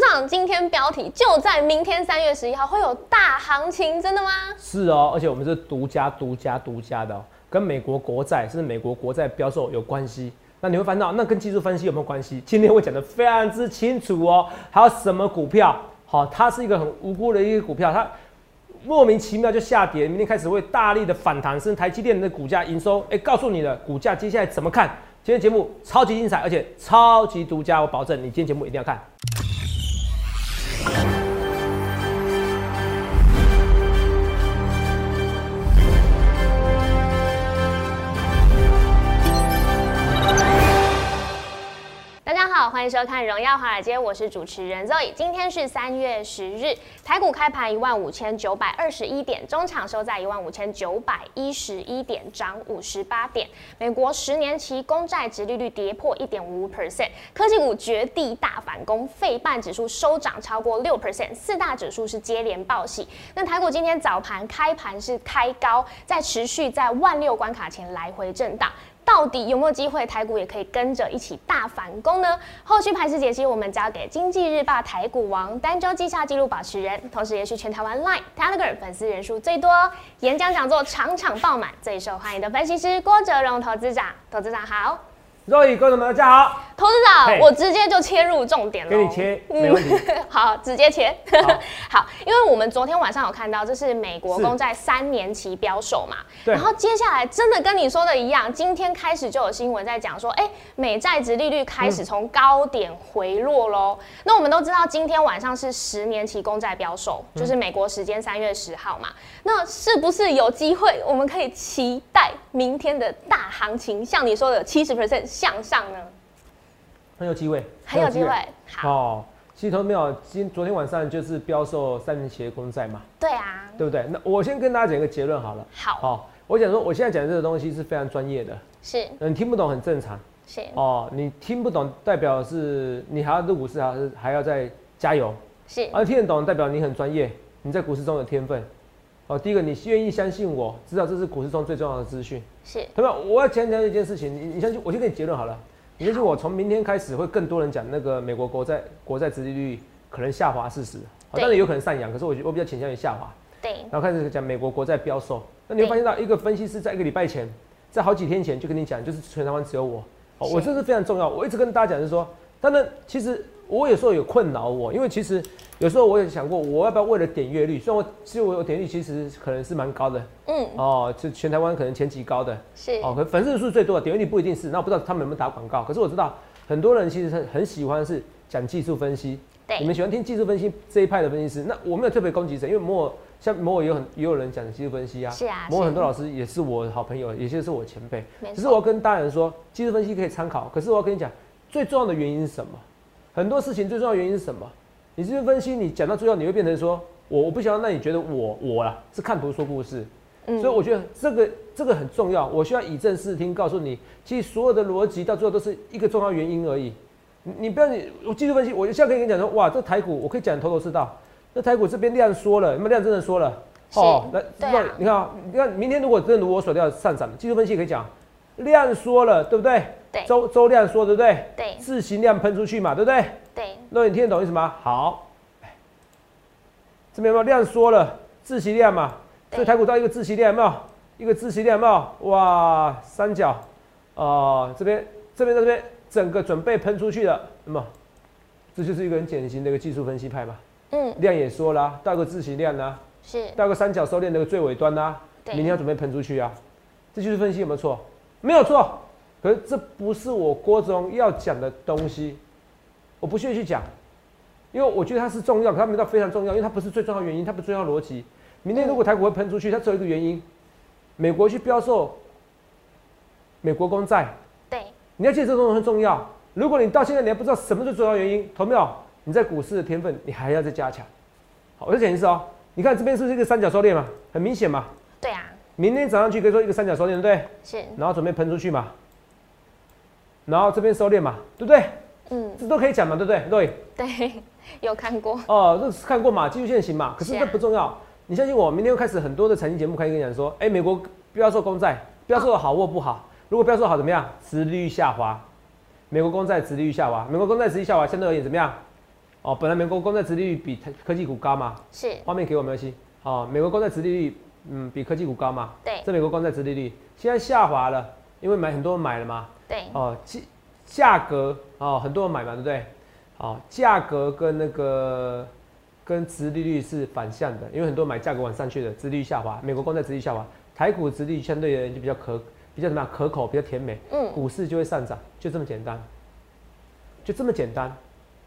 场今天标题就在明天三月十一号会有大行情，真的吗？是哦，而且我们是独家、独家、独家的、哦，跟美国国债甚至美国国债标售有关系。那你会烦恼，那跟技术分析有没有关系？今天会讲的非常之清楚哦。还有什么股票？好、它是一个很无辜的一个股票，它莫名其妙就下跌，明天开始会大力的反弹，甚至台积电的股价营收，哎、告诉你了，股价接下来怎么看？今天节目超级精彩，而且超级独家，我保证你今天节目一定要看。大家好，欢迎收看《荣耀华尔街》，我是主持人 Zoe。今天是三月十日，台股开盘一万五千九百二十一点，中场收在一万五千九百一十一点，涨五十八点。美国十年期公债值利率跌破一点五 percent，科技股绝地大反攻，费半指数收涨超过六 percent，四大指数是接连报喜。那台股今天早盘开盘是开高，在持续在万六关卡前来回震荡。到底有没有机会台股也可以跟着一起大反攻呢？后续盘势解析我们交给经济日报台股王、单周绩效纪录保持人，同时也是全台湾 Line、Telegram 粉丝人数最多、演讲讲座场场爆满、最受欢迎的分析师郭哲荣投资长。投资长好，肉宇观众们，大家好。投资长嘿，我直接就切入重点了。给你切没问题。 好，直接切。好 好，因为我们昨天晚上有看到，这是美国是公债三年期标售嘛，对然后接下来真的跟你说的一样，今天开始就有新闻在讲说，哎、美债值利率开始从高点回落喽。那我们都知道，今天晚上是十年期公债标售，就是美国时间三月十号嘛，那是不是有机会我们可以期待明天的大行情，像你说的七十 percent 向上呢？很有机会，很有机会。好，哦，其实投资朋友，今昨天晚上就是标售三年期的公债嘛，对啊，对不对？那我先跟大家讲一个结论好了。好，哦，我讲说，我现在讲的这个东西是非常专业的，是嗯你听不懂很正常是哦。你听不懂代表是你还要入股市，还是还要再加油；是，而听得懂代表你很专业，你在股市中有天分。哦，第一个你愿意相信我，知道这是股市中最重要的资讯。是对吧？我要讲讲一件事情，你你相信我就给你结论好了。你相信我，从明天开始会更多人讲那个美国国债国债殖利率可能下滑事实，好对当然有可能上扬，可是我觉得我比较倾向于下滑。对，然后开始讲美国国债标售，那你会对发现到一个分析师在一个礼拜前，在好几天前就跟你讲，就是全台湾只有我，哦，是我这是非常重要。我一直跟大家讲就是说，当然其实我有时候有困扰我，因为其实有时候我也想过，我要不要为了点阅率？虽然我其实我有点阅率其实可能是蛮高的嗯，哦，就全台湾可能前几高的。是哦，可能粉丝数最多的点阅率不一定是，那我不知道他们有没有打广告，可是我知道很多人其实很很喜欢是讲技术分析，你对，们喜欢听技术分析这一派的分析师，那我没有特别攻击谁，因为摩尔像摩尔也有很也有人讲技术分析啊，是啊摩尔是很多老师也是我好朋友，也就是我前辈，没只是错我要跟大人说，技术分析可以参考，可是我要跟你讲，最重要的原因是什么？很多事情最重要的原因是什么？你技术分析，你讲到最后，你会变成说我我不想要，那你觉得我我啦是看图说故事，嗯所以我觉得这个这个很重要，我需要以正视听，告诉你，其实所有的逻辑到最后都是一个重要原因而已。你你不要你我技术分析，我就现在可以跟你讲说，哇，这台股我可以讲得头头是道，那台股这边量缩了，有没有量真的缩了？哦是那对啊那你看啊，你看明天如果真的如我所料上涨，技术分析也可以讲，量缩了，对不对？对周周量缩，对不对？对自行量喷出去嘛，对不对？对，那你听得懂意思吗？好，这边有没有量缩了？自息量嘛，对所以台股到一个自息量有没有？一个自息量有没有？哇，三角，哦、这边这边到这边，整个准备喷出去了，那么这就是一个很典型的一个技术分析派嘛，嗯，量也缩啦、到一个自息量啦、是到一个三角收敛的一个最尾端啦、对明天要准备喷出去啊，这技术分析有没有错？没有错，可是这不是我郭总要讲的东西，我不屑去讲，因为我觉得它是重要，可它没到非常重要，因为它不是最重要的原因，它不是重要的逻辑。明天如果台股会喷出去，它只有一个原因，美国去标售美国公债，对，你要记得这东西很重要。如果你到现在你还不知道什么是最重要的原因，投没有？你在股市的天分你还要再加强。好，我再讲一次哦，你看这边是不是一个三角收敛嘛，很明显嘛。对啊，明天早上去可以说一个三角收敛，对不对？是，然后准备喷出去嘛，然后这边收敛嘛，对不对？嗯，这都可以讲嘛，对不对？对，对， 有看过，哦，这是看过嘛，技术线型嘛，可是是啊这不重要。你相信我，明天又开始很多的财经节目开始跟你讲说，哎、美国标售公债标售好或不好？如果标售好怎么样？殖利率下滑，美国公债殖利率下滑，美国公债殖利率下滑，相对而言怎么样？哦，本来美国公债殖利率比科技股高嘛，是画面给我没关系。哦，美国公债殖利率，嗯，比科技股高嘛。对这美国公债殖利率现在下滑了，因为买很多人买了嘛。对，哦，价价格哦，很多人买嘛，对不对？哦，价格跟那个跟殖利率是反向的，因为很多人买价格往上去的，殖利率下滑，美国公债殖利率下滑，台股殖利率相对而言就比较可比较什么样可口，比较甜美，嗯，股市就会上涨，就这么简单，就这么简单。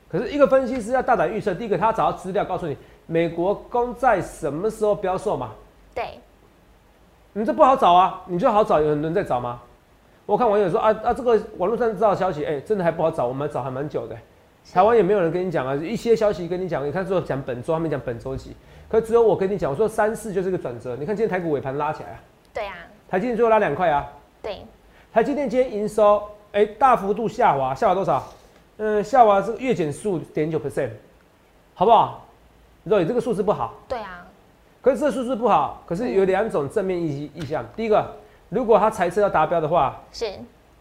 可是一个分析师要大胆预测，第一个他找到资料告诉你美国公债什么时候标售嘛，对，你这不好找啊，你就好找，有很多人在找吗？我看网友说啊啊，这个网络上知道的消息，哎、真的还不好找，我们找还蛮久的、是台湾也没有人跟你讲啊，一些消息跟你讲，你看说讲本周，他们讲本周几，可只有我跟你讲，我说三四就是个转折。你看今天台股尾盘拉起来啊，对啊，台积电最后拉两块啊，对，台积电今天营收哎、大幅度下滑，下滑多少？嗯，下滑是月减数点九 percent，好不好？肉，你这个数字不好，对啊，可是这数字不好，可是有两种正面意意向。第一个，如果他财测要达标的话，是，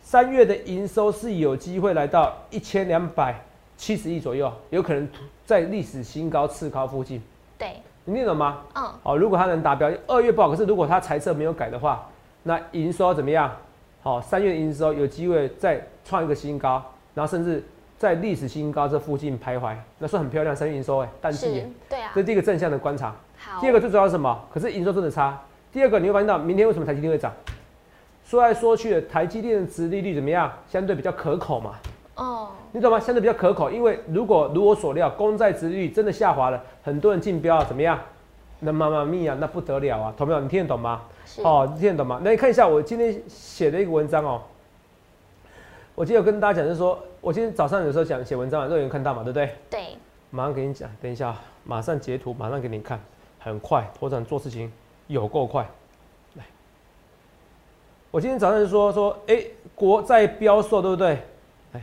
三月的营收是有机会来到一千两百七十亿左右，有可能突在历史新高次高附近。对，你听懂吗？嗯，好、如果它能达标，二月不好，可是如果它财测没有改的话，那营收怎么样？好、三月的营收有机会再创一个新高，然后甚至在历史新高这附近徘徊，那算很漂亮。三月营收哎、淡季耶是，对啊这，是第一个正向的观察。好，第二个最主要是什么？可是营收真的差。第二个你会发现到，明天为什么台积电会涨？说来说去的，台积电的殖利率怎么样？相对比较可口嘛，哦，你懂吗？相对比较可口，因为如果如我所料，公债殖利率真的下滑了，很多人竞标啊怎么样？那妈妈咪呀，那不得了啊！同没有？你听得懂吗？是，哦，你听得懂吗？那你看一下我今天写的一个文章哦。我今天有跟大家讲，就是说我今天早上有时候讲写文章啊，都有人看到嘛，对不对？对，马上给你讲，等一下啊，马上截图，马上给你看，很快，头长做事情有够快。来，我今天早上就说说，哎、国债标售对不对？来，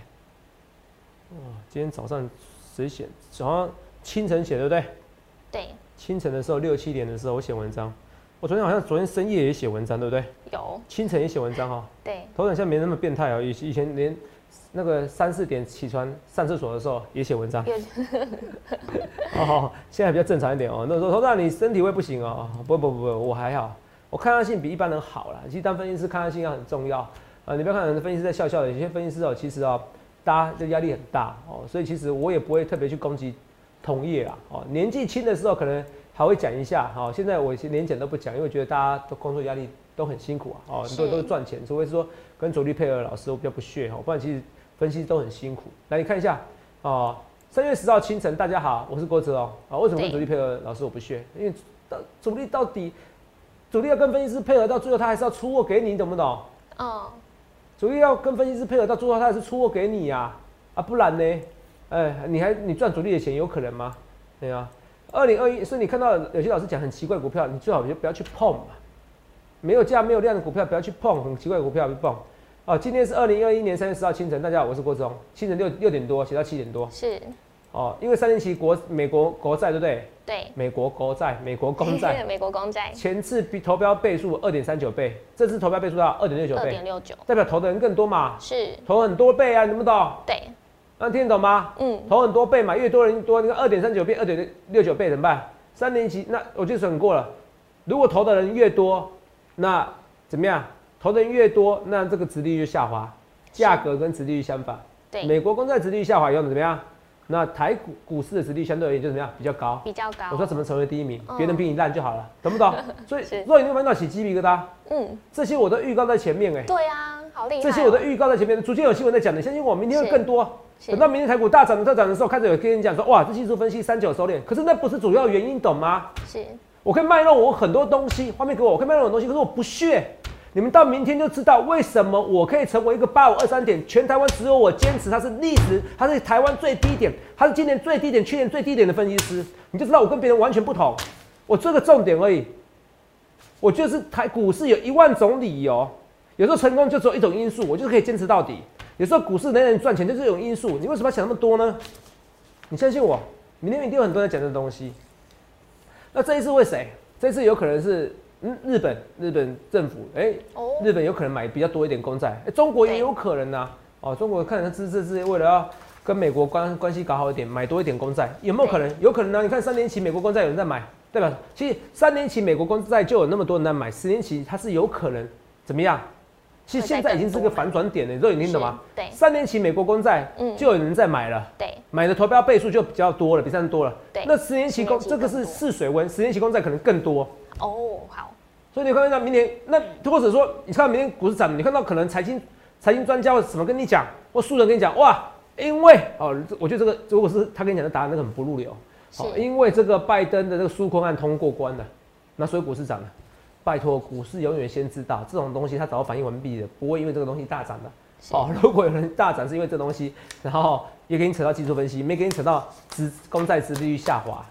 哇，今天早上谁写？早上清晨写对不对？对，清晨的时候六七点的时候我写文章，我昨天好像昨天深夜也写文章对不对？有，清晨也写文章哈、对，头长现在没那么变态哦，以以前连那个三四点起床上厕所的时候也写文章。有， 哦，现在比较正常一点哦。那时候头大你身体会不行哦，不不不不，我还好，我抗压性比一般人好啦。其实当分析师抗压性要很重要啊、呃你不要看很多分析师在笑笑的，有些分析师哦，其实哦，大家的压力很大哦，所以其实我也不会特别去攻击同业啦。哦，年纪轻的时候可能还会讲一下，哦，现在我连讲都不讲，因为我觉得大家都工作压力都很辛苦啊，哦，很多人都是是赚钱，除非是说跟主力配合的老师我比较不屑哦，不然其实分析都很辛苦。来，你看一下哦，三月十号清晨，大家好，我是郭哲哦。啊，为什么跟对主力配合？老师我不屑，因为到主力到底，主力要跟分析师配合到最后，他还是要出货给你，你懂不懂？嗯，主力要跟分析师配合到最后，他还是出货给你呀、啊，不然呢？哎、你还你赚主力的钱有可能吗？对啊，二零二一，所以你看到有些老师讲很奇怪的股票，你最好就不要去碰嘛，没有价没有量的股票不要去碰，很奇怪的股票不要去碰。哦，今天是二零二一年三月十号清晨，大家好，我是郭忠，清晨六六点多写到七点多。是，哦，因为三年期国美国国债对不对？对，美国国债、美国公 债，美国公债前次比投标倍数二点三九倍，这次投标倍数到二点六九二倍点，六九，代表投的人更多嘛，是，投很多倍啊，你们懂？对，那听得懂吗？嗯，投很多倍嘛，越多人多，你看二点三九倍、二点六九倍怎么办？三年期那我就省过了，如果投的人越多，那怎么样？投的人越多，那这个殖利率就下滑，价格跟殖利率相反。对，美国公债殖利率下滑以后怎么样？那台股股市的殖利率相对而言就怎么样？比较高。比较高，我说怎么成为第一名嗯，别人比你烂就好了，懂 不懂？所以是，若你会翻到起鸡皮疙瘩，嗯，这些我都预告在前面哎、对啊，好厉害哦，这些我都预告在前面，逐渐有新闻在讲的，相信我，明天会是更多。是等到明天台股大涨特涨的时候，开始有跟人讲说，哇，这技术分析三九收敛，可是那不是主要原因，懂吗？是，我可以卖弄我很多东西，画面给我，我可以卖弄我的东西，可是我不屑。你们到明天就知道为什么我可以成为一个八五二三点，全台湾只有我坚持，它是历史，它是台湾最低点，它是今年最低点，去年最低点的分析师，你就知道我跟别人完全不同。我这个重点而已，我就是台股市有一万种理由，有时候成功就只有一种因素，我就可以坚持到底。有时候股市能让你赚钱就是一种因素，你为什么要想那么多呢？你相信我，明天一定有很多人讲这东西。那这一次会谁？这一次有可能是嗯日本，日本政府，哎、哦，啊日本有可能买比较多一点公债、哎中国也有可能呐、哦，中国看来这这是为了要跟美国关关系搞好一点，买多一点公债，有没有可能？有可能啊！你看三年期美国公债有人在买，对吧？其实三年期美国公债就有那么多人在买，十年期它是有可能怎么样？其实会再现在已经是更个多反转点了，你都已经听懂吗？是对三年期美国公债嗯就有人在买了。对，买的投标倍数就比较多了，比上次多了。对那十年期公十年期这个是更多试水温，十年期公债可能更多。哦，好，所以你看到明年，那或者说你看到明天股市涨，你看到可能财经财经专家或什么跟你讲，或素人跟你讲，哇，因为哦，这我觉得这个如果是他跟你讲的答案，那个很不入流。哦是因为这个拜登的这个纾困案通过关了，那所以股市涨了。拜托，股市永远先知道这种东西，它早反应完毕的，不会因为这个东西大涨的。是哦，如果有人大涨是因为这东西，然后也给你扯到技术分析，没给你扯到资公债殖利率下滑，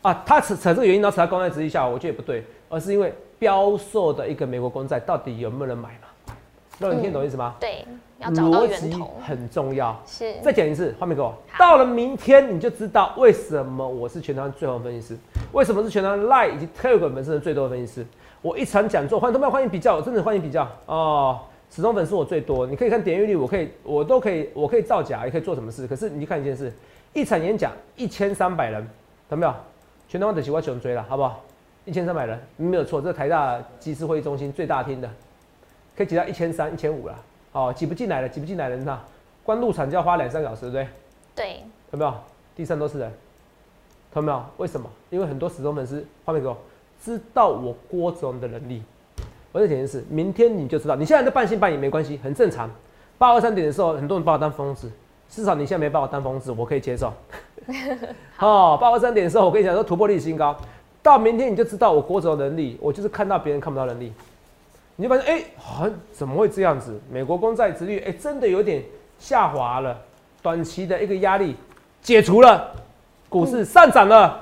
啊，他扯扯这个原因，然后扯到公债殖利率下滑，我觉得也不对，而是因为标售的一个美国公债到底有没有人买嘛？那你听懂意思吗？对，嗯要找到逻源辑头，很重要。是，再讲一次，画面给我。好到了明天你就知道为什么我是全台湾最红的分析师，为什么是全台湾 Line 以及 Telegram 粉丝人最多的分析师。我一场讲座，欢迎都没有欢迎比较，我真的欢迎比较哦。始终粉丝我最多，你可以看点阅率，我可以，我都可以，我可以造假，也可以做什么事。可是你去看一件事，一场演讲一千三百人，懂没有？全台湾的喜欢穷追了，好不好？一千三百人没有错，这台大集思会议中心最大厅的，可以挤到一千三、一千五了。哦，挤不进来了，挤不进来了，你看，光入场就要花两三个小时，对不对？对，有没有？地上都是人，看到没有？为什么？因为很多死忠粉丝，画面给我，知道我郭总的能力。我再讲一次，明天你就知道，你现在在半信半疑没关系，很正常。八二三点的时候，很多人把我当疯子，至少你现在没把我当疯子，我可以接受。哦，八二三点的时候，我跟你讲说突破历史新高，到明天你就知道我郭总的能力，我就是看到别人看不到能力。你就发现，哎、好像怎么会这样子？美国公债殖率，哎、真的有点下滑了，短期的一个压力解除了，股市上涨了。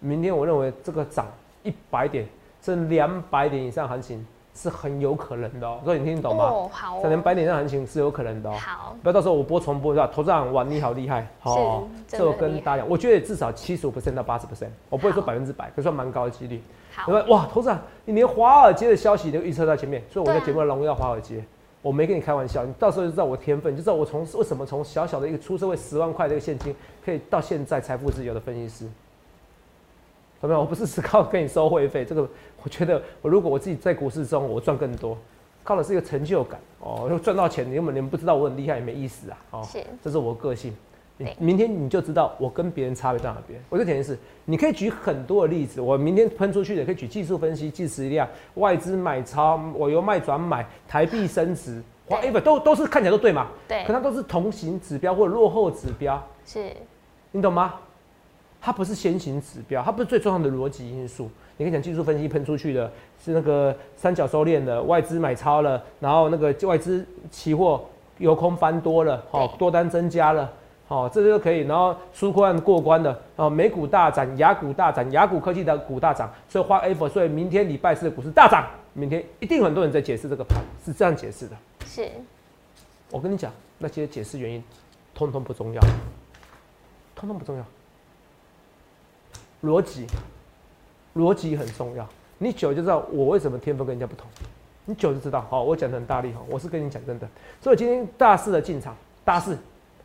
明天我认为这个涨一百点，甚至两百点以上行情是很有可能的哦、所以你听懂吗？哦，好涨两哦，百点以上行情是有可能的哦、好，不要到时候我播重播一下，投资长哇，你好厉害，好、真的这我很厉跟害大家讲，我觉得至少七十五 percent 到八十 percent，我不会说好百分之百，可是算蛮高的几率。好因，为哇，投资长，你连华尔街的消息你都预测在前面，所以我在对啊节目上荣耀华尔街，我没跟你开玩笑，你到时候就知道我天分，你就知道我从为什么从小小的一个出社会十万块的一个现金，可以到现在财富自由的分析师。怎么样？我不是只靠跟你收会费，这个我觉得我如果我自己在股市中我赚更多，靠的是一个成就感哦，就赚到钱，你们你们不知道我很厉害也没意思啊哦，是这是我的个性。你对明天你就知道我跟别人差别在哪边。我就讲一次，你可以举很多的例子，我明天喷出去的可以举技术分析、即时量、外资买超、我由卖转买、台币升值对，whatever，都都是看起来都对嘛？对可它都是同行指标或者落后指标，是，你懂吗？它不是先行指标，它不是最重要的逻辑因素。你可以讲技术分析喷出去的是那个三角收敛了，外资买超了，然后那个外资期货由空翻多了，好、对多单增加了，好、这些都可以。然后纾困案过关了，哦，美股大涨，雅股大涨，雅股科技的股大涨，所以花 F，所以明天礼拜四的股市大涨，明天一定很多人在解释这个盘是这样解释的。是，我跟你讲，那些解释原因，通通不重要，通通不重要。逻辑，逻辑很重要。你久了就知道我为什么天分跟人家不同，你久了就知道。好，我讲的很大力哈，我是跟你讲真的。所以今天大四的进场，大四，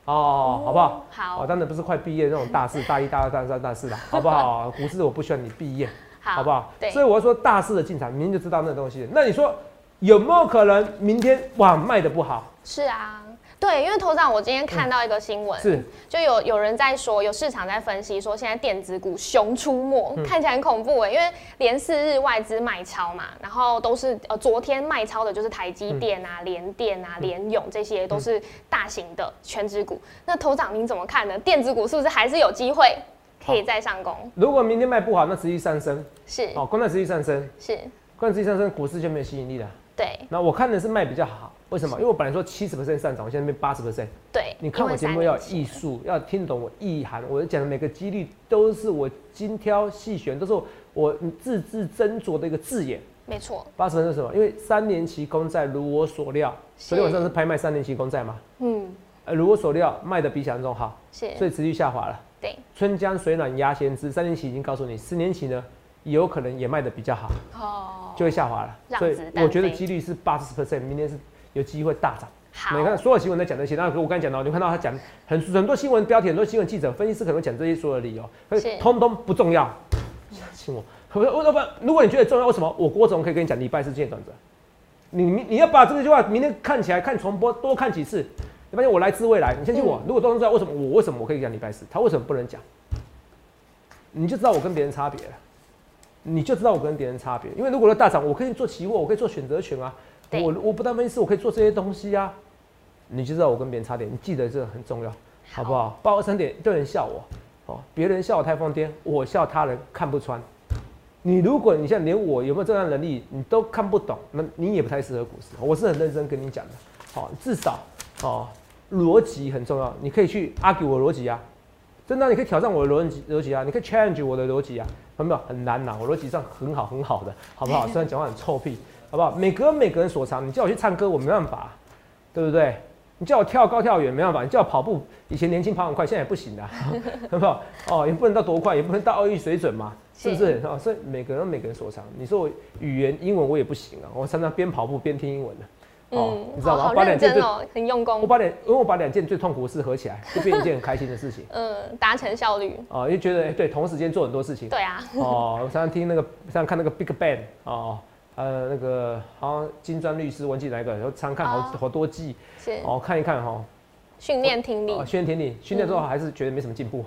哦，好不好？好哦，当然不是快毕业那种大四，大一、大二、大三、大四啦，好不好？股市我不需要你毕业，好，好不好？对所以，我要说大四的进场，明天就知道那东西了。那你说有没有可能明天哇卖的不好？是啊，对，因为头长，我今天看到一个新闻，嗯是就有有人在说，有市场在分析说，现在电子股熊出没，嗯看起来很恐怖哎，因为连四日外资卖超嘛，然后都是呃昨天卖超的就是台嗯积电啊、联电啊、联咏这些都是大型的全职股。那头长您怎么看呢？电子股是不是还是有机会可以再上攻？如果明天卖不好，那持续上升，是哦，光在持续上升，是，光在持续上升，股市就没有吸引力了。对那我看的是卖比较好，为什么？因为我本来说七十上涨，我现在变八十 percent。对，你看我节目要有艺一术，要听懂我意涵，我讲的每个几率都是我精挑细选，都是我我字字斟酌的一个字眼。没错，八十分是什么？因为三年期公债如我所料，是昨天晚上是拍卖三年期公债嘛，嗯，呃，如我所料卖的比想象中好，是，所以持续下滑了。对春江水暖鸭先知，三年期已经告诉你，四年期呢也有可能也卖的比较好。哦，就会下滑了。让所以子弹我觉得飞几率是八十 percent，明天是有机会大涨。好你看所有新闻都讲这些，那我刚才讲到，你看到他讲很很多新闻标题，很多新闻记者、分析师可能讲这些所有的理由，可是是通通不重要。信我，我说要不然，如果你觉得重要，为什么我郭总可以跟你讲礼拜四见转折？你你你要把这个句话明天看起来看重播多看几次，你发现我来自未来，你相信我。嗯如果都能知道为什么我为什么我可以讲礼拜四，他为什么不能讲，你就知道我跟别人差别了。你就知道我跟别人差别，因为如果说大涨，我可以做期货，我可以做选择权啊，对我我不当分析师，我可以做这些东西啊，你就知道我跟别人差点，你记得这个很重要，好不好？八二三点，有人笑我，哦，别人笑我太疯癫，我笑他人看不穿。你如果你像连我有没有这样的能力，你都看不懂，那你也不太适合股市。我是很认真跟你讲的，好、至少哦，逻辑很重要，你可以去 argue 我的逻辑啊，真的啊、你可以挑战我的逻辑逻辑啊，你可以 challenge 我的逻辑啊，有没有很难呐、我逻辑上很好很好的，好不好？虽然讲话很臭屁，好不好？每个人每个人所长，你叫我去唱歌，我没办法，啊对不对？你叫我跳高跳远没办法，你叫我跑步，以前年轻跑很快，现在也不行了、有没有？哦，也不能到多快，也不能到奥运水准嘛，是不是？哦，所以每个人有每个人所长。你说我语言英文我也不行啊，我常常边跑步边听英文的、哦，嗯，你知好道吗？好把两认件真最哦，很用我功，把两，因为我把两件最痛苦的事合起来，就变一件很开心的事情嗯，达成效率，哦，就觉得哎、对，同时间做很多事情。对啊，哦，我常常听那个，常常看那个 Big Bang 哦，呃，那个好像金砖律师，忘记哪一个，然后常常看好、哦好多季是哦，看一看哈、训练听力哦，，训练田嗯里训练之后还是觉得没什么进 步。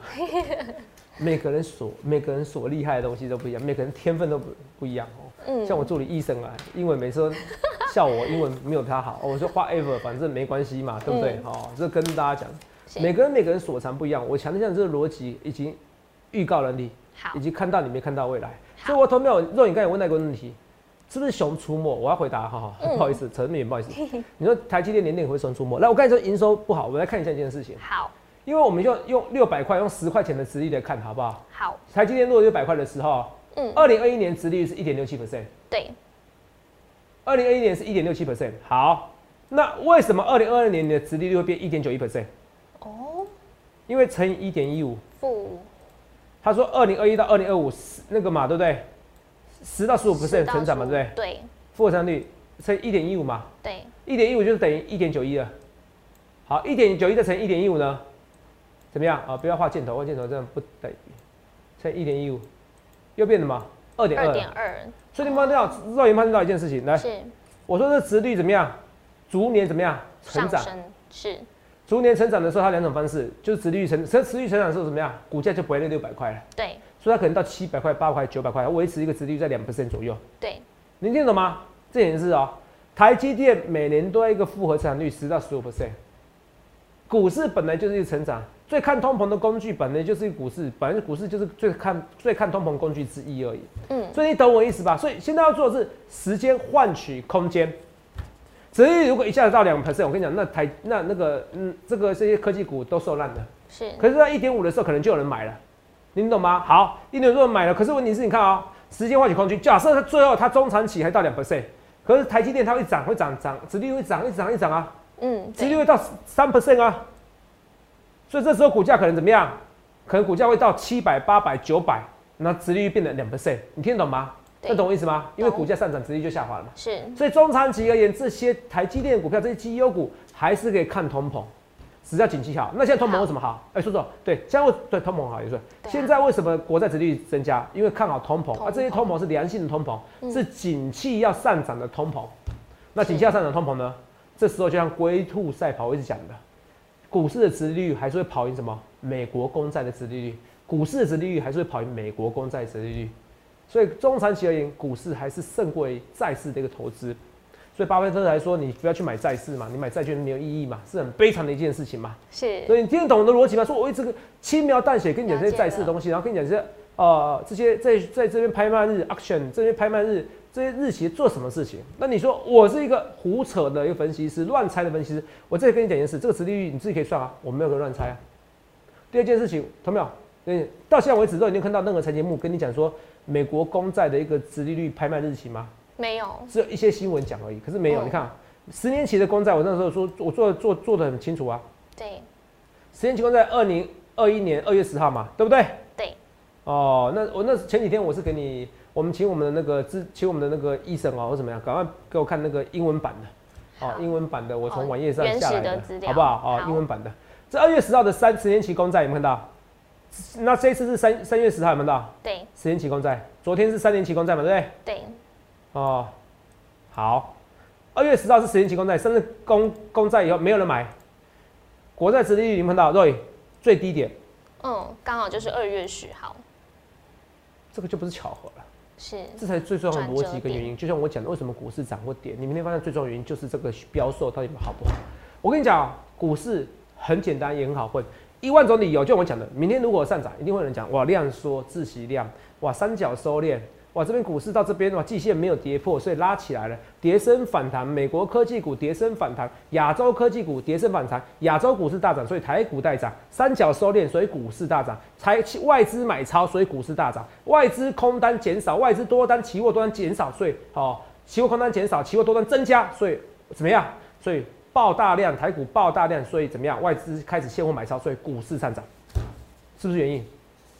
每个人所每个人所厉害的东西都不一样，每个人天分都不不一样哦。嗯像我助理医生啊，英文每次都笑我英文没有他 好，哦我说 whatever，反正没关系嘛，对不对？哦，这跟大家嗯是讲，每个人每个人所长不一样。我强调这个逻辑已经预告能力，好以，及看到你没看到未来。所以我投票，肉你刚才有问到一个问题，是不是熊出没？我要回答哈、嗯 不好意思，陈敏，不好意思， 你说台积电年年会熊出没？来，我刚才说营收不好，我来看一下一件事情，好，因为我们就用六百块，用十块钱的殖利率来看，好不好？好，台积电落六百块的时候，嗯，二零二一年殖利率是一点六七 percent，对，二零二一年是一点六七 percent。好，那为什么二零二二年你的殖利率会变一点九一 percent？哦，因为乘以一点一五，负他说二零二一到二零二五那个嘛，对不对？十到十五 percent 10到成长嘛，对不对？ 15对负成长率乘一点一五嘛，对，一点一五就是等于一点九一了。好，一点九一再乘一点一五呢，怎么样啊？不要画箭头，画箭头这样不等于乘一点一五，又变什么？二哎点二点二。二所以你们知道，肉眼判断到一件事情，来，是我说这值率怎么样？逐年怎么样成上长？升，是逐年成长的时候，它两种方式，就是值率成，持持续成长的时候怎么样？股价就不会那六百块了，对所以它可能到七百块、八百块、九百块，它维持一个值率在两 percent 左右。对，你听懂吗？这也是哦，台积电每年都要一个复合成长率十到十五 percent。股市本来就是一个成长，最看通膨的工具本来就是股市，本来股市就是最看最看通膨工具之一而已。嗯，所以你懂我意思吧？所以现在要做的是时间换取空间。只是如果一下子到两 percent，我跟你讲，那台那那个嗯，这个这些科技股都受烂了。是可是到一点五的时候，可能就有人买了，你懂吗？好，一点多人买了，可是问题是你看啊、时间换取空间，假设它最后它中长期还到两 percent，可是台积电它会涨，会涨涨，殖利率会涨，一直涨，一直涨啊，嗯，殖对利率会到三 percent 啊，所以这时候股价可能怎么样？可能股价会到七百、八百、九百，那殖利率变成两 percent，你听得懂吗？对那懂我意思吗？因为懂股价上涨，殖利率就下滑了嘛。是所以中长期而言，这些台积电股票、这些绩优股还是可以看通膨，只要景气好。那现在通膨为什么好？哎，说说对，现在为对通膨好也是。对啊现在为什么国债殖利率增加？因为看好通膨通膨嗯啊，这些通膨是良性的通膨，是景气要上涨的通膨。那景气是要上涨的通膨呢？这时候就像龟兔赛跑，我一直讲的，股市的殖利率还是会跑赢什么？美国公债的殖利率，股市的殖利率还是会跑赢美国公债殖利率。所以中长期而言，股市还是胜过于债市的一个投资。所以巴菲特来说，你不要去买债市嘛，你买债券没有意义嘛，是很悲惨的一件事情嘛。是所以你听得懂我的逻辑吗？说我一直轻描淡写跟你讲这些了解了债市的东西，然后跟你讲这些呃这些在在这边拍卖日 auction 这些拍卖日这些日期做什么事情？那你说我是一个胡扯的一个分析师，乱猜的分析师，我这里跟你讲一件事，这个殖利率你自己可以算啊，我没有跟你乱猜啊。第二件事情，同没有？嗯，到现在为止都已经看到任何财经节目跟你讲说美国公债的一个殖利率拍卖日期吗？没有只有一些新闻讲而已，可是没有。嗯你看啊，十年期的公债，我那时候说，我做做做的很清楚啊。对十年期公债，二零二一年二月十号嘛，对不对？对哦，那我那前几天我是给你，啊我们请我们的那个咨，请我们的那个医生哦，或怎么样，赶快给我看那个英文版的。哦好，英文版的我哦从网页上原下始来的的，资料好不好？哦，好英文版的。这二月十号的三十年期公债有没有看到？那这一次是三三月十号有没有看到？对十年期公债，昨天是三年期公债嘛，对不对？对，哦，好，二月十号是十年期公债，甚至公公债以后没有人买，国债殖利率你们看到 r o 最低点，嗯，刚好就是二月十号，这个就不是巧合了，是这才是最重要的逻辑转跟折原点因。就像我讲的，为什么股市涨或跌，你明天发现最重要的原因就是这个标售到底好不好。我跟你讲啊、股市很简单也很好混，一万种理由，就像我讲的，明天如果上涨，一定会有人讲哇量缩自息量，哇三角收敛。哇，这边股市到这边哇，季线没有跌破，所以拉起来了，跌升反弹。美国科技股跌升反弹，亚洲科技股跌升反弹，亚洲股市大涨，所以台股大涨，三角收敛，所以股市大涨。财外资买超，所以股市大涨。外资空单减少，外资多单、期货多单减少，所以哦，期货空单减少，期货多单增加，所以怎么样？所以爆大量，台股爆大量，所以怎么样？外资开始现货买超，所以股市上涨，是不是原因？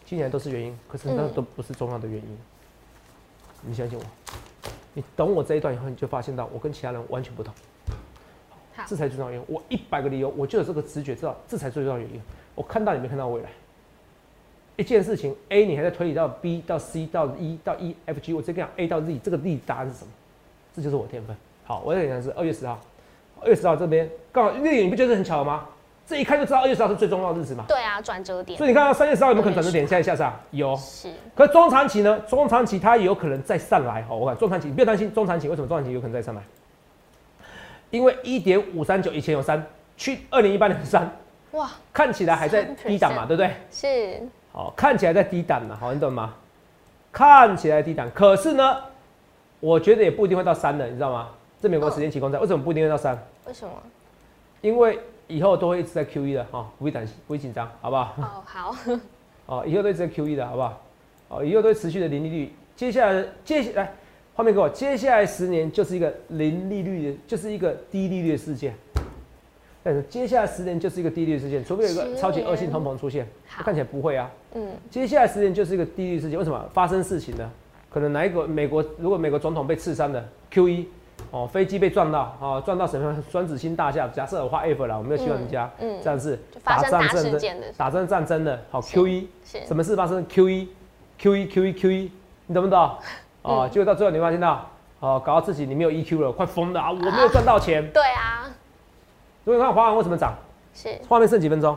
今年都是原因，可是那嗯都不是重要的原因。你相信我，你懂我这一段以后，你就发现到我跟其他人完全不同。好这才最重要的原因。我一百个理由，我就有这个直觉，知道这才最重要的原因。我看到你没看到未来。一件事情 A 你还在推理到 B 到 C 到 E 到 E F G，我直接跟你讲 A 到 Z 这个 Z 答案是什么？这就是我的天分。好，我再跟你讲的是二月十号，二月十号这边刚好月影，你不觉得很巧吗？这一看就知道二月十号是最重要的日子嘛。对啊，转折点所以你看到三月十号有没有可能转折点下一下上？有。是可中长期呢？中长期它也有可能再上来哦。我看中长期，你不要担心中长期为什么中长期有可能再上来？因为一点五三九以前有三，去二零一八年三，哇，看起来还在低档嘛， 3%对不对？是好、哦看起来在低档嘛，好，你懂吗？看起来低档，可是呢，我觉得也不一定会到三的，你知道吗？这美国时间期公债为什么不一定会到三？为什么？因为以后都会一直在 QE 的哈、哦，不必担心，不必紧张，好不好？哦，好，哦，以后都一直在 QE 的好不好？哦，以后都会持续的零利率。接下来，接下来，画面给我，接下来十年就是一个零利率的，就是一个低利率的世界。但是接下来十年就是一个低利率世界，除非有一十个年超级恶性通膨出现，好看起来不会啊。嗯，接下来十年就是一个低利率世界，为什么发生事情呢？可能哪一个美国如果美国总统被刺伤了 Q 1哦，飞机被撞到哦，撞到什么双子星大厦？假设我画 F 啦，我没有希望人家、嗯嗯这样是就发生大战事争件的，打仗战争的，好 Q 1是嗯什么事发生？Q 一，Q 一，Q 一，Q 一，你懂不懂？嗯哦，结果到最后你会发现到，哦，搞到自己你没有 EQ 了，快疯了啊！我没有赚到钱。对啊，如果你看华航为什么涨？是画面剩几分钟？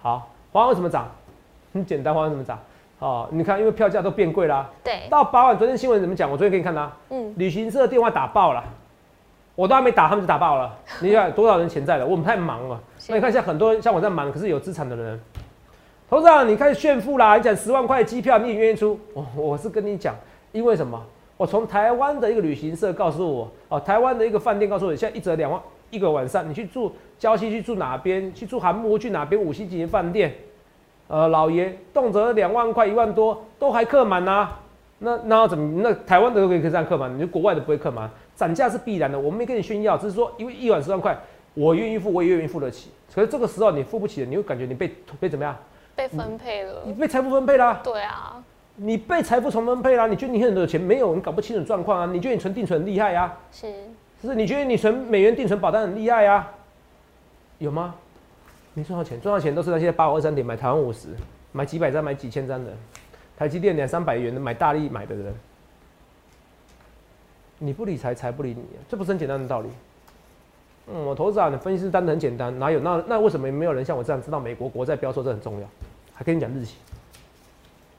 好，华航为什么涨？ 很简单，华航为什么涨？哦，你看，因为票价都变贵啦、对，到八万，昨天新闻怎么讲？我昨天给你看的、啊，嗯，旅行社电话打爆了，我都还没打，他们就打爆了。你想多少人潜在的？我们太忙了。是那你看一下，很多像我在忙，可是有资产的人，头上你开始炫富啦！你讲十万块机票，你也愿意出？我我是跟你讲，因为什么？我从台湾的一个旅行社告诉我，哦，台湾的一个饭店告诉我，现在一折两万一个晚上，你去住郊区，去住哪边？去住韩屋，去哪边五星级饭店？呃，老爷动辄两万块、一万多，都还客满呐、啊那那要怎么？那台湾的都可以这样客满，你国外的不会客满，涨价是必然的。我没跟你炫耀，只是说因为一晚十万块，我愿意付，我也愿意付得起。可是这个时候你付不起的，你会感觉你被被怎么样？被分配了你，被财富分配啦，对啊，你被财富重分配啦。你觉得你很有钱没有？你搞不清楚状况啊？你觉得你存定存很厉害啊？是就是你觉得你存美元定存保单很厉害啊？有吗？没赚到钱，赚到钱都是那些八五二三点买台湾五十，买几百张、买几千张的，台积电两三百元的买大力买的人。你不理财，财不理你，啊这不是很简单的道理？嗯，我投资啊，你分析师单的很简单，哪有那那为什么没有人像我这样知道美国国债标售这很重要？还跟你讲日期，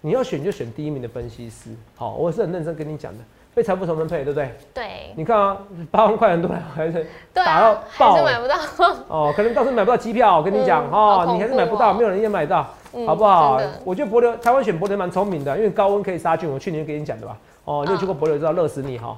你要选就选第一名的分析师。好，我是很认真跟你讲的，被财富重分配，对不对？对，你看啊，八万块很多人还是对打到啊，还爆是了买不到，哦，可能到时候买不到机票，我跟你讲嗯好哈、恐你还是买不到，怖哦没有人也买到， 嗯好不好哦真的？我觉得柏流台湾选柏流蛮聪明的，因为高温可以杀菌，我去年就给你讲的吧。啊哦，你有去过柏流就知道热死 你哈，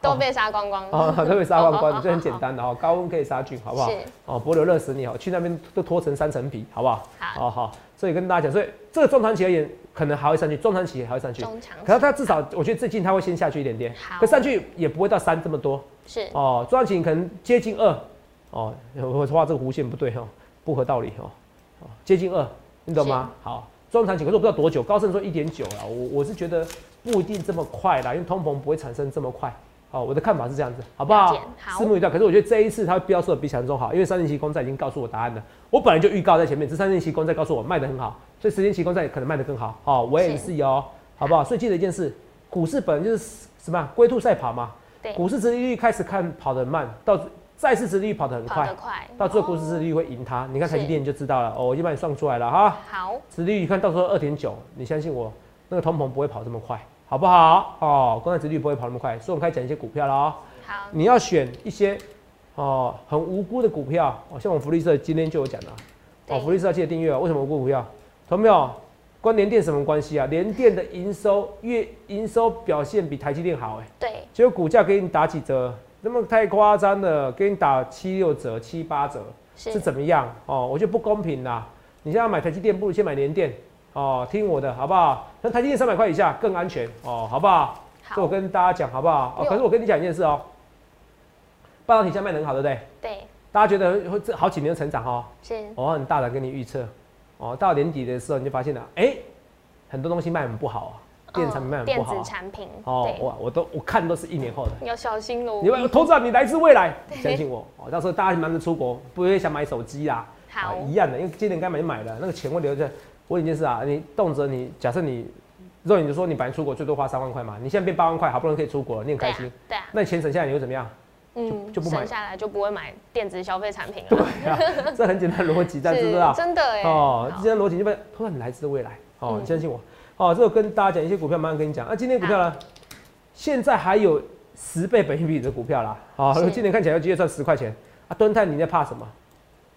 都被杀光光哦了，，都会杀光好好好光，这很简单 的哦，高温可以杀菌，好不好是？哦，柏流热死你哦，去那边都脱成三层皮，好不好？好哦好，所以跟大家讲，所以这个中长期而言，可能还会上去，中长期还会上去，中长可期是它至少我觉得最近它会先下去一点点好，可上去也不会到三这么多。是哦，中央情可能接近二，哦，我画这个弧线不对哦，不合道理哦，哦，接近二，你懂吗？好，中长期可是我不知道多久，高盛说一点九啦，我我是觉得不一定这么快啦，因为通膨不会产生这么快，哦，我的看法是这样子，好不了解好？好拭目以待。可是我觉得这一次它标售的比想象中好，因为三年期公债已经告诉我答案了。我本来就预告在前面，这三年期公债告诉我卖得很好，所以十年期公债可能卖得更好。哦，我也是是哦，好不好？所以记得一件事，股市本来就是什么啊龟兔赛跑嘛。对股市殖利率开始看跑得很慢，到债市殖利率跑得很跑快得，快，哦到最后股市殖利率会赢它。你看是台积电就知道了，哦，我已经帮你算出来了哈。好，殖利率看到时候二点九，你相信我，那个通膨不会跑这么快，好不好？哦，公债殖利率不会跑那么快，所以我们开始讲一些股票了哦。好，你要选一些哦很无辜的股票，哦，像我们福利社今天就有讲了，对哦，福利社要记得订阅哦。为什么无辜股票？同没有？跟联电什么关系啊？联电的营收月营收表现比台积电好哎、对，结果股价给你打几折？那么太夸张了，给你打七六折、七八折是是怎么样？哦，我觉得不公平啦！你现在买台积电，不如先买联电哦，听我的好不好？那台积电三百块以下更安全哦，好不好？这我好，跟大家讲好不好？哦，六可是我跟你讲一件事哦，半导体现在卖得很好，对不对？对，大家觉得会这好几年的成长哦，是，我很大胆跟你预测，哦，到年底的时候你就发现了，哎、很多东西卖很不好啊，电子产品嗯卖很不电好、啊子，产品，哦，对，我我都我看都是一年后的。要小心喽你。们投资啊，你来自未来对，相信我哦。到时候大家忙着出国，不会想买手机啦，好啊一样的，因为今年该买就买了，那个钱会留着。我问一件事啊，你动辄你假设你，肉你就说你本来出国最多花三万块嘛，你现在变八万块，好不容易可以出国了，你很对开啊心，，对啊，那你钱省下来你会怎么样？嗯，就不买省下来就不会买电子消费产品对了， 啊，这很简单的逻辑，但是不是啊？真的哎，哦，好这样逻辑就被投资你来自未来哦，嗯你相信我哦。这我跟大家讲一些股票，慢慢跟你讲。那、啊今天股票呢，现在还有十倍本益比的股票啦，好、是哦，今年看起来有机会赚十块钱啊。敦泰你在怕什么？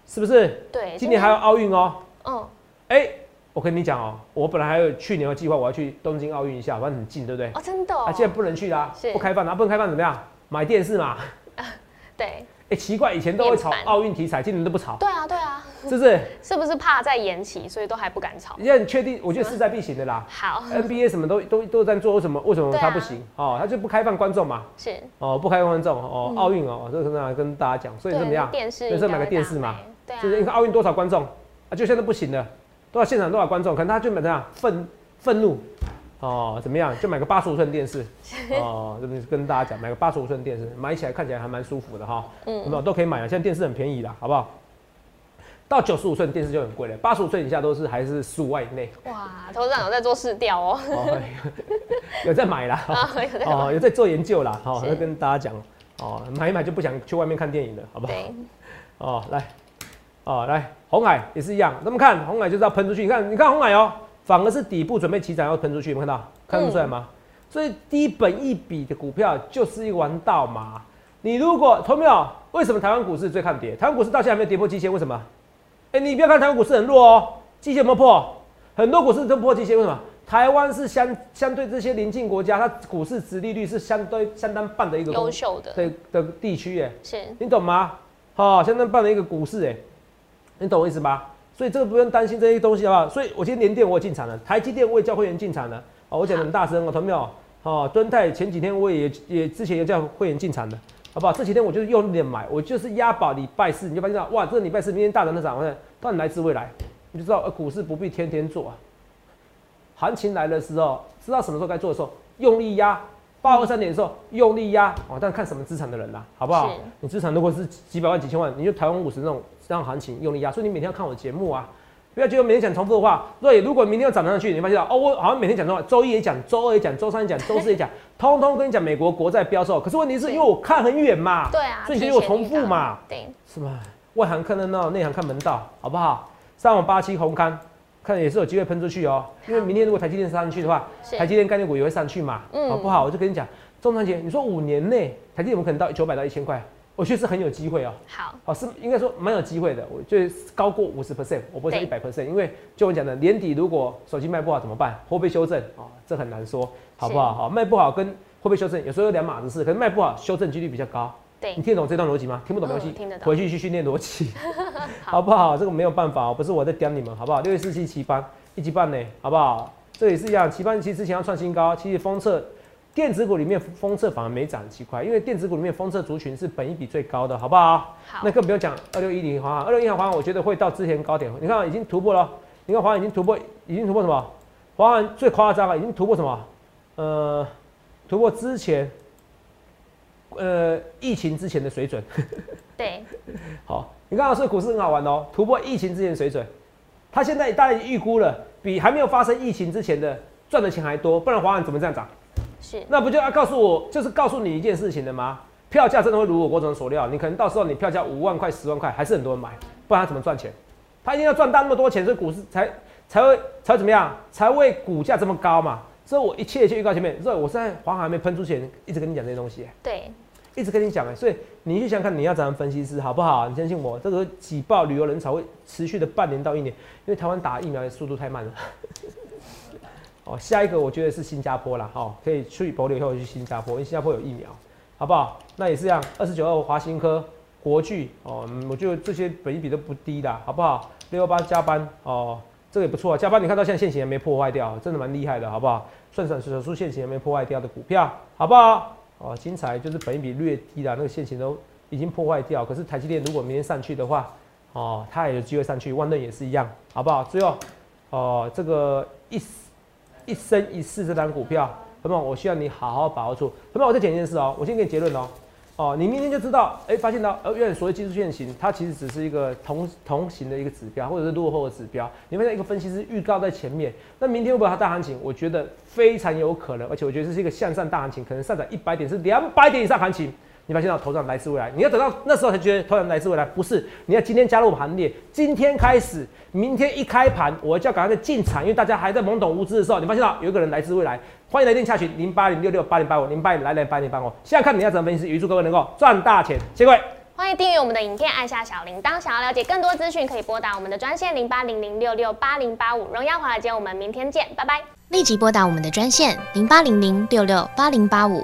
是不是？对，今年还有奥运哦。嗯，哎、我跟你讲哦，我本来还有去年的计划，我要去东京奥运一下，反正很近，对不对？哦，真的哦，啊，现在不能去啦是，不开放啦，不能开放怎么样？买电视嘛。对，哎、奇怪，以前都会炒面板奥运题材，今年都不炒，对啊，对啊，是不是？是不是怕再延期，所以都还不敢炒？现在很确定，我觉得势在必行的啦。好， NBA 什么都都都在做，为什么为什么对啊他不行？哦，他就不开放观众嘛，是，哦，不开放观众，哦，奥运哦，这个跟跟大家讲，所嗯以对怎么样？电视就是应该买个会电大视嘛卖，对啊，就是你看奥运多少观众啊，就现在不行了，多少现场多少观众，可能他就买怎样愤愤怒，哦，怎么样？就买个八十五寸 电视，哦，就是跟大家讲，买个八十五寸电视，买起来看起来还蛮舒服的哈，嗯嗯，都可以买了，现在电视很便宜啦，好不好？到九十五寸电视就很贵了，八十五寸以下都是还是十五万以内，哇，头长有在做试调哦，哦， 有在买啦。啊，有在哦，有在做研究啦，哦，是要跟大家讲，哦，买一买就不想去外面看电影了，好不好？对，哦，来，哦，来，红海也是一样，那么看红海就是要喷出去，你看，你看红海哦，反而是底部准备起涨要喷出去，有没有看到？看得出来吗？所以低本一比的股票就是一个玩道嘛。你如果投没有？为什么台湾股市最抗跌？台湾股市到现在还没有跌破季线，为什么？哎、你不要看台湾股市很弱哦，季线有没有破？很多股市都破季线，为什么？台湾是相相对这些邻近国家，它股市殖利率是相对相当棒的一个优公秀的，的的地区耶、是，你懂吗？好、相当棒的一个股市哎、你懂我意思吧？所以这个不用担心这些东西好不好？所以我今天联电我也进场了，台积电我也叫会员进场了，哦，我讲得很大声哦，同没有？哦，敦泰前几天我也也之前也叫会员进场的，好不好？这几天我就是用力地买，我就是押宝礼拜四，你就发现到哇，这礼拜四明天大涨的涨，到你来自未来，你就知道、呃、股市不必天天做啊。行情来的时候，知道什么时候该做的时候，用力压。八二三点的时候用力压哦，但看什么资产的人啦、好不好是？你资产如果是几百万、几千万，你就台湾五十那种这样行情用力压，所以你每天要看我节目啊，不要觉得每天讲重复的话。所以如果明天要涨上去，你发现到哦，我好像每天讲重话，周一也讲，周二也讲，周三也讲，周四也讲，通通跟你讲美国国债标售。可是问题是因为我看很远嘛，对啊，所以提你有前重预复告嘛，对，是吧？外行看热闹，内行看门道，好不好？三五八七红刊看也是有机会喷出去哦，因为明天如果台积电上去的话，是台积电概念股也会上去嘛，嗯好不好？我就跟你讲，中长姐，你说五年内台积电有没有可能到九百到一千块？我觉得是很有机会哦，好，哦是应该说蛮有机会的，我觉得高过五十 percent，我不会说一百 percent，因为就我讲的，年底如果手机卖不好怎么办？会不会修正啊、哦？这很难说，好不好？好、卖不好跟会不会修正有时候有两码子事，可是卖不好修正几率比较高。对你，听得懂这段逻辑吗？听不懂没关系，嗯听得懂回去去训练 逻辑，好不好？这个没有办法哦，不是我在刁你们，好不好？六月四期期班一级半呢，好不好？这也是一样，期班期之前要创新高，其实封测电子股里面封测反而没涨，很奇怪，因为电子股里面封测族群是本益比最高的，好不好？好那，更不用讲二六一零华航，二六一零华航我觉得会到之前高点，你看啊已经突破了，你看华航已经突破，已经突破什么？华航最夸张了，已经突破什么？呃，突破之前呃疫情之前的水准。对，好，你看老师股市很好玩哦，突破疫情之前的水准，它现在当然预估了，比还没有发生疫情之前的赚的钱还多，不然华航怎么这样涨？是那不就要告诉我，就是告诉你一件事情的吗？票价真的会如我郭总所料，你可能到时候你票价五万块、十万块，还是很多人买，不然他怎么赚钱？他一定要赚到那么多钱，所以股市才才会才会怎么样？才会股价这么高嘛？所以我一切就预告前面，所以我现在黄海还没喷出前，一直跟你讲这些东西、啊对，一直跟你讲哎、所以你去想想看，你要怎样分析师好不好？你相信我，这个挤爆旅游人潮会持续的半年到一年，因为台湾打疫苗的速度太慢了。 哦，下一个我觉得是新加坡啦，哈、可以去博流以后去新加坡，因为新加坡有疫苗，好不好？那也是这样，二十九号华新科、国巨哦，嗯我觉得这些本益比都不低啦，好不好？六幺八加班哦，这个也不错啊，加班你看到现在现行还没破坏掉，真的蛮厉害的，好不好？算算手术现行还没破坏掉的股票，好不好？哦，精彩就是本益比略低啦，那个现行都已经破坏掉，可是台积电如果明天上去的话，哦，它也有机会上去，万润也是一样，好不好？最后，哦，这个一一生一世这单股票，朋友们，我需要你好好把握住。朋友们，我再讲一件事哦，我先给你结论哦。哦，你明天就知道，哎、发现到，呃，原来所谓技术线型，它其实只是一个同同行的一个指标，或者是落后的指标。你发现一个分析师预告在前面，那明天会不会它大行情？我觉得非常有可能，而且我觉得这是一个向上大行情，可能上涨一百点是两百点以上行情。你发现到头上来自未来，你要等到那时候才觉得头上来自未来，不是？你要今天加入我们行列，今天开始，明天一开盘，我就要赶快再进场，因为大家还在懵懂无知的时候，你发现到有一个人来自未来，欢迎来电洽询零八零六六八零八五零八零来来八零八五，现在看你要怎么分析，预祝各位能够赚大钱，谢谢各位。欢迎订阅我们的影片，按下小铃铛。想要了解更多资讯，可以拨打我们的专线零八零零六六八零八五。荣耀华尔街，我们明天见，拜拜。立即拨打我们的专线零八零零六六八零八五